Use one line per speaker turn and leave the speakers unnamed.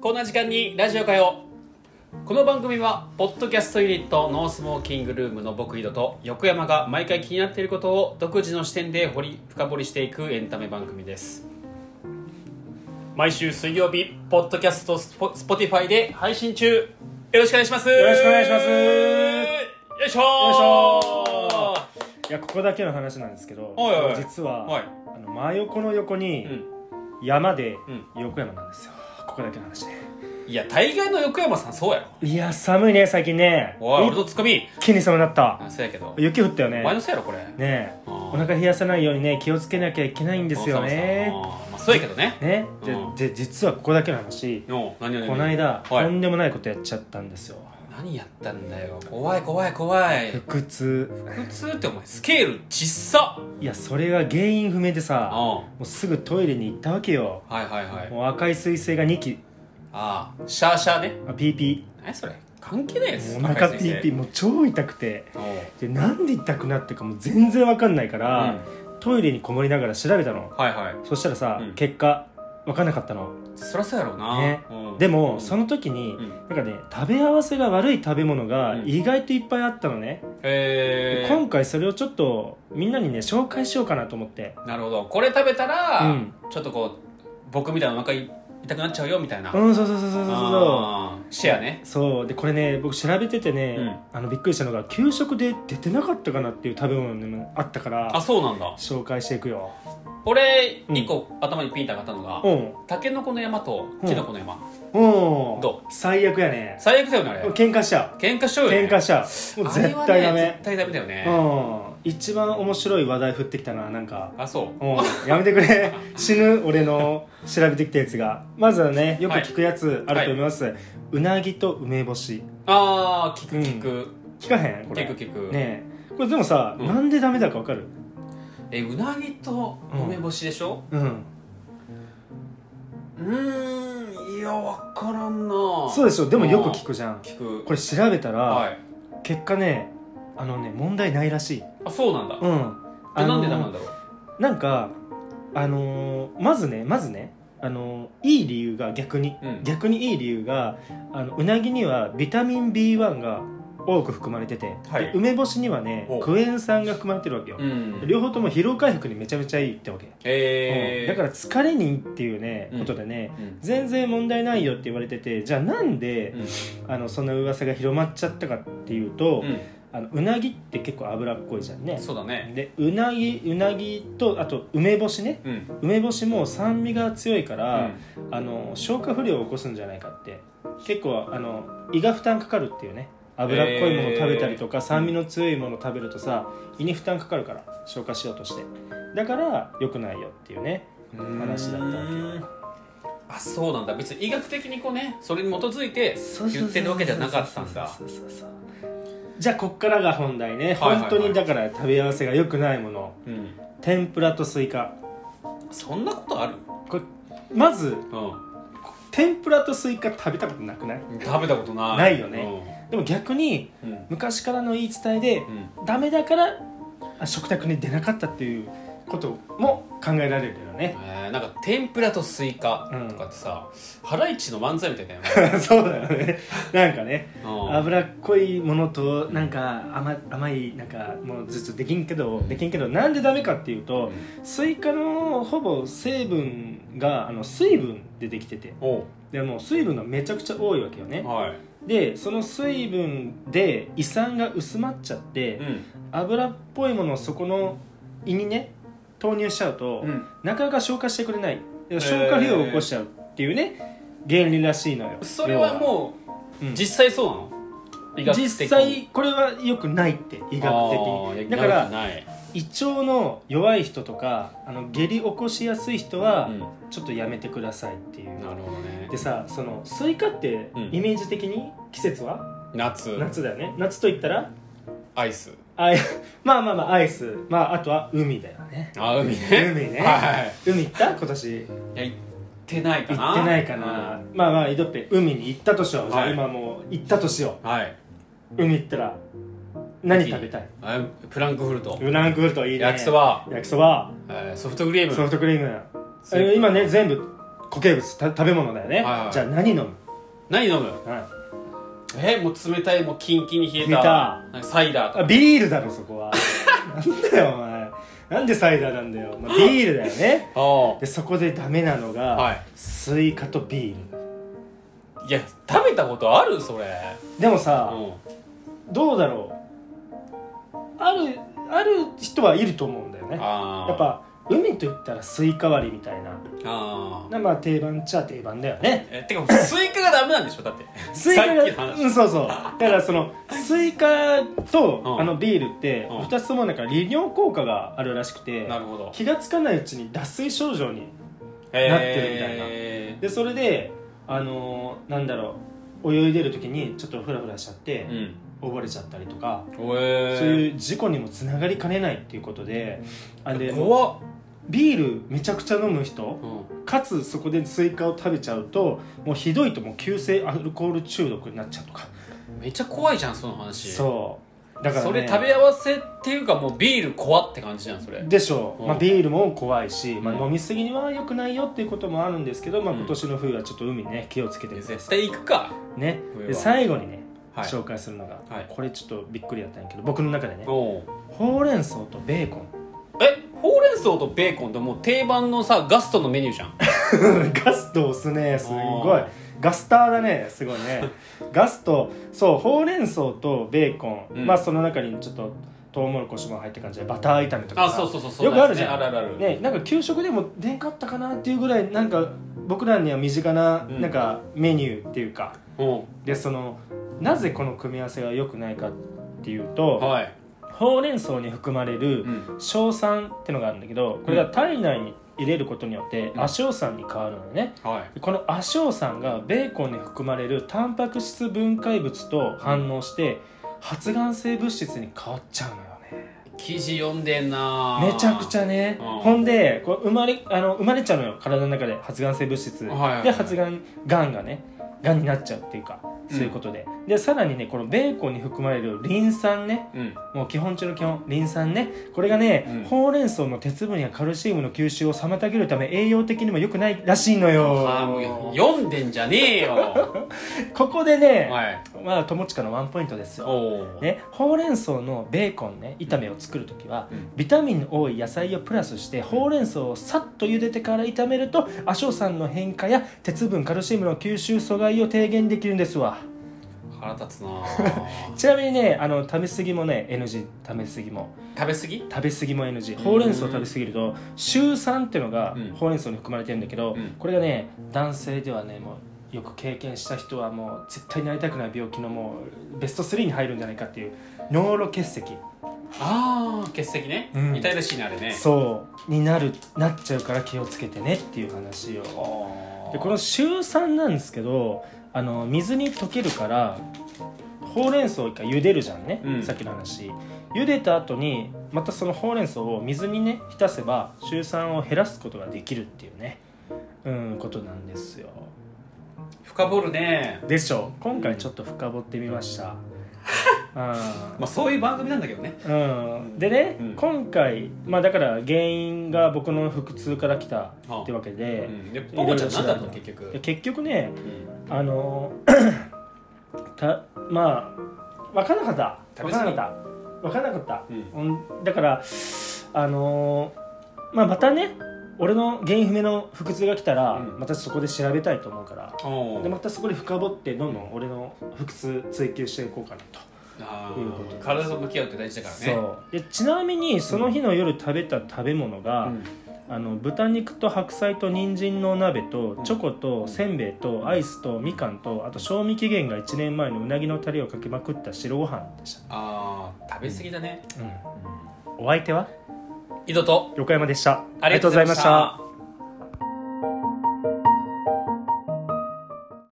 こんな時間にラジオかよこの番組はポッドキャストユニットノースモーキングルームの僕井戸と横山が毎回気になっていることを独自の視点で掘り深掘りしていくエンタメ番組です毎週水曜日ポッドキャストスポスポティファイで配信中よろしくお願いしますよ
ろしくお願いします
よいしょ
よいし
よ
ょいやここだけの話なんですけど、
はいはいはい
実は、
はい
あの真横の横に
うん
山で
う
横山なんですよ、ここだけの話で
いや大概の横山さんそうやろ
いや寒いね最近ね
おい俺のツッコミ
一気に寒くなった
あそうやけど
雪降ったよ
お
ね
前のせいやろこれ
ねえ
あー
お腹冷やさないようにね気をつけなきゃいけないんですよね
そうそうそうまあそうやけどね
ねで
うん
で実はここだけの話
の何々
この間、
はい
とんでもないことやっちゃったんですよ
何やったんだよ怖い怖い怖い
腹痛
普通ってお前スケールちっさ
いやそれが原因不明で
うん
さ
は
もうすぐトイレに行ったわけよ
いはいはい
もう赤い彗星が2機
ああシャーシャーね
あピーピ
何それ関係ないやつ
ーもうお腹
赤い
ピ
彗
ー
星
ピーもう超痛くて
おう
でなんで痛くなってるかもう全然わかんないから、トイレにこもりながら調べたの
はいはい
そしたらさ、
うん
結果わかんなかったの
そりゃそうやろうな
ね
うん
で
う
も
ん
その時に
うん
なんかね食べ合わせが悪い食べ物が
うん
意外といっぱいあったのね、
えー
今回それをちょっとみんなにね紹介しようかなと思って
なるほどこれ食べた
う
ら
ん
ちょっとこう僕みたいなお腹痛くなっちゃうよみたいな
うんそうそうそうそうそうそう
あーシェアね
そうでこれね僕調べててね、あのびっくりしたのが給食で出てなかったかなっていう食べ物もあったか
あ
ら
そうなんだ
紹介していくよ
俺
うん
一個頭にピンと上がったのが
うん
タケノコの山とキノコの山、
うん
ど
最悪やね
最悪だよねあれ
喧嘩しちゃ
喧嘩しよ
う
うよ、ね、
喧嘩しちゃうもう絶対ダ
あれはね
メ、
絶対ダメだよね、
うん一番面白い話題振ってきたのはなんか
あそう
うんやめてくれ死ぬ俺の調べてきたやつがまずはねよく聞くやつあると思います、うなぎと梅干し
ああ聞く聞く、
聞かへんこれ
聞く聞く、
ねえこれでもさ、
うん
なんでダメだかわかる
えうなぎと梅干しでしょ
うん
うーんいやわからんな
そうでしょでもよく聞くじゃん
聞く
これ調べたら、
はい
結果ねあのね問題ないらしい
あそうなんだ、
うん
え
あ
な
の
んでダメなんだろう
なんかあのーまずねまずねあのーいい理由が逆に、
うん
逆にいい理由があのうなぎにはビタミン B1 が多く含まれてて、
はい
で梅干しにはね
お
クエン酸が含まれてるわけよ、
うん
両方とも疲労回復にめちゃめちゃいいってわけ、
え
うん
ー、、
だからら疲れにいいっていうね
うん
ことでね、
うん
全然問題ないよって言われててじゃあなんで、あのそんな噂が広まっちゃったかっていうと、
うん
あのうなぎって結構脂っこいじゃん
う
ね
ん、そうだね
でうなぎうなぎとあと梅干しね
うん、
梅干しも酸味が強いか
う
ら、
ん
あの消化不良を起こすんじゃないかって結構あの胃が負担かかるっていうね脂っこいものを食べたりとか、酸味の強いものを食べるとさ胃に負担かかるから消化しようとしてだから良くないよっていうね話だったわけよ
うんあそうなんだ別に医学的にこうねそれに基づいて言ってるわけじゃなかったんだ
そうそうそうそうじゃあこっからが本題
は
ね、
いはいはい
本当にだから食べ合わせが良くないもの
うん
天ぷらとスイカ
そんなことある
これまず
う
天ぷらとスイカ食べたことなくない
ん食べたことない
ないよねでも逆に
うんうん
昔からの言い伝えで
うん
ダメだからあ食卓に出なかったっていうことも考えられるよね
えーなんか天ぷらとスイカとかってさ、ハライチの漫才みたいだ よね、
そうだよねなんかね
うん
脂っこいものとなんか甘甘いなんかもうずっとできんけどできんけどなんでダメかっていうとスイカのほぼ成分があの水分でできてて
おう
でもう水分がめちゃくちゃ多いわけよね
はい、
でその水分で胃酸が薄まっちゃって、
うん
油っぽいものをそこの胃にね投入しちゃうと、
うん、
なかなか消化してくれない消化不良を起こしちゃうっていうね、原理らしいのよ
それはも
う、
う
うん
実際そうなの医学的に
実際これは良くないって医学的
あー
にだから
ない
胃腸の弱い人とかあの下痢起こしやすい人は、
うん
ちょっとやめてくださいっていう
なるほどね
でさそのスイカって
うん
イメージ的に季節は、
夏
夏だよね夏といったら
アイス
あい まあまあまあアイスまああとは海だよね
あ海ね
海ね、
は
海行った今年
いいや行ってないかな
行ってないかな、まあまあ井戸っぺ海に行ったとしよう、じゃ
は
あ
い
今もう行ったとしよ
うんはい、
う海行ったら何食べたい
あフランクフルト
ウナンクフルトいいね
焼きそば、
焼きそば
えーソフトクリーム
ソフトクリーム
スイカ
え今ね全部固形物た食べ物だよね、
はいはい
じゃあ何飲む、
何飲む
はい、
えもう冷たいもうキンキンに冷えた
冷えた
なんかサイダーと
あ
か
ビールだろそこは なんだよお前なんでサイダーなんだよ、まあ、ビールだよね
ああ
でそこでダメなのが、
はい
スイカとビール
いや食べたことあるそれ
でも
う
さ、
ん
どうだろうあるある人はいると思うんだよねや
ああ
っぱ海といったらスイカ割りみたいな
ああ
なまあ定番っちゃ定番だよ ね
えてかスイカがダメなんでしょだって
スイカ
さっきの
が
話
うんそうそうだからそのスイカと、
うん
あのビールって、
うん
2つともなんか利尿効果があるらしくて
なるほど
気がつかないうちに脱水症状に
えー
なってるみたいなでそれであのーなんだろう泳いでる時にちょっとフラフラしちゃって、
うん
溺れちゃったりとか、
おえー、
そういう事故にもつながりかねないっていうことであで
怖っ、
ビールめちゃくちゃ飲む人
うん、
かつそこでスイカを食べちゃうともうひどいともう急性アルコール中毒になっちゃうとか
めっちゃ怖いじゃんその話
そうだから、ね、
それ食べ合わせっていうかもうビール怖って感じじゃんそれ
でしょう、
うん
まあ、ビールも怖いし、まあ、
うん
飲みすぎには良くないよっていうこともあるんですけど、まあ、
うん
今年の冬はちょっと海ね気をつけてください
絶対行くか
ね
冬は
で最後にね、
はい
紹介するのが、
はい
これちょっとびっくりだったんやけど僕の中でね
おう
ほうれん草とベーコン
えほうれん草とベーコンってもう定番のさガストのメニューじゃん
ガスト押すねすごいガスターだねすごい ねガストそうほうれん草とベーコン、
うん
まあその中にちょっとトウモロコシも入った感じでバター炒めとか
あ
さ
そうそうそうそう
よくあるじゃん
あるあるある
ね、なんか給食でも出んかったかなっていうぐらいなんか僕らには身近な
うん
なんかメニューっていうか、
おう
でそのなぜこの組み合わせが良くないかっていうと
はい、
ほうれん草に含まれる
うん、
硝酸ってのがあるんだけどこれが体内に入れることによって
うん
亜硝酸に変わるのね
はい
でこの亜硝酸がベーコンに含まれるタンパク質分解物と反応して発がん性物質に変わっちゃうのよね
記事読んでんな
めちゃくち
ゃ
ゃね
うん
ほんでこう生まれあの生まれちゃうのよ体の中で発がん性物質、
はいはいはい
で発がんがんがねがんになっちゃうっていうかそういうことで、でさらにねこのベーコンに含まれるリン酸ね
うん
もう基本中の基本リン酸ねこれがね、
うん
ほうれん草の鉄分やカルシウムの吸収を妨げるため栄養的にも良くないらしいのよ
あーもう読んでんじゃねえよ
ここで ね、
はい
まあ友近のワンポイントですよ
おう、
ね、ほうれん草のベーコンね炒めを作る時は、
うん
ビタミンの多い野菜をプラスしてほうれん草をさっと茹でてから炒めると亜硝酸の変化や鉄分カルシウムの吸収阻害を低減できるんですわ
腹立つな
ちなみにねあの食べ過ぎもね NG 食べ過ぎも
食べ過ぎ
食べ過ぎも NG ほうれん草を食べ過ぎるとシュウ酸っていうのが
うん
ほうれん草に含まれてるんだけど、
うん
これがね男性ではねもうよく経験した人はもう絶対になりたくない病気のもうベスト3に入るんじゃないかっていう尿路結石
ああ欠席ね、
うん
痛いらしいねあれね
そうになるなっちゃうから気をつけてねっていう話よ
あー
でこの週酸なんですけどあの水に溶けるからほうれん草を一回茹でるじゃんね、
うん
さっきの話茹でた後にまたそのほうれん草を水にね浸せば週酸を減らすことができるっていうねうんことなんですよ
深掘るね
でしょ今回ちょっと深掘ってみ ました、うん
まあそういう番組なんだけどね
うん、でね、
うん
今回、まあ、だから原因が僕の腹痛から来た
あ
ってわけで,
う
で、
んでポコちゃん何だったの結局、
結局ね
うん
あの たまあ分からなかった
食べ過
分から
ぎ
なかった分からなかった、
うん
うんだからあのまあまたね俺の原因不明の腹痛が来たら、
うん
またそこで調べたいと思うから
おー
でまたそこで深掘ってどんどん俺の腹痛追求していこうかなと。
あ
いうこと
ー体と向き合うって大事だからね
そうでちなみにその日の夜食べた食べ物が、
うん
あの豚肉と白菜と人参のお鍋と
うん
チョコとせんべいとアイスとみかんとあと賞味期限が1年前のうなぎのタレをかけまくった白ご飯でし
ああ食べ過ぎだね、
た、お相手は
井戸と
横山でした
ありがとうございました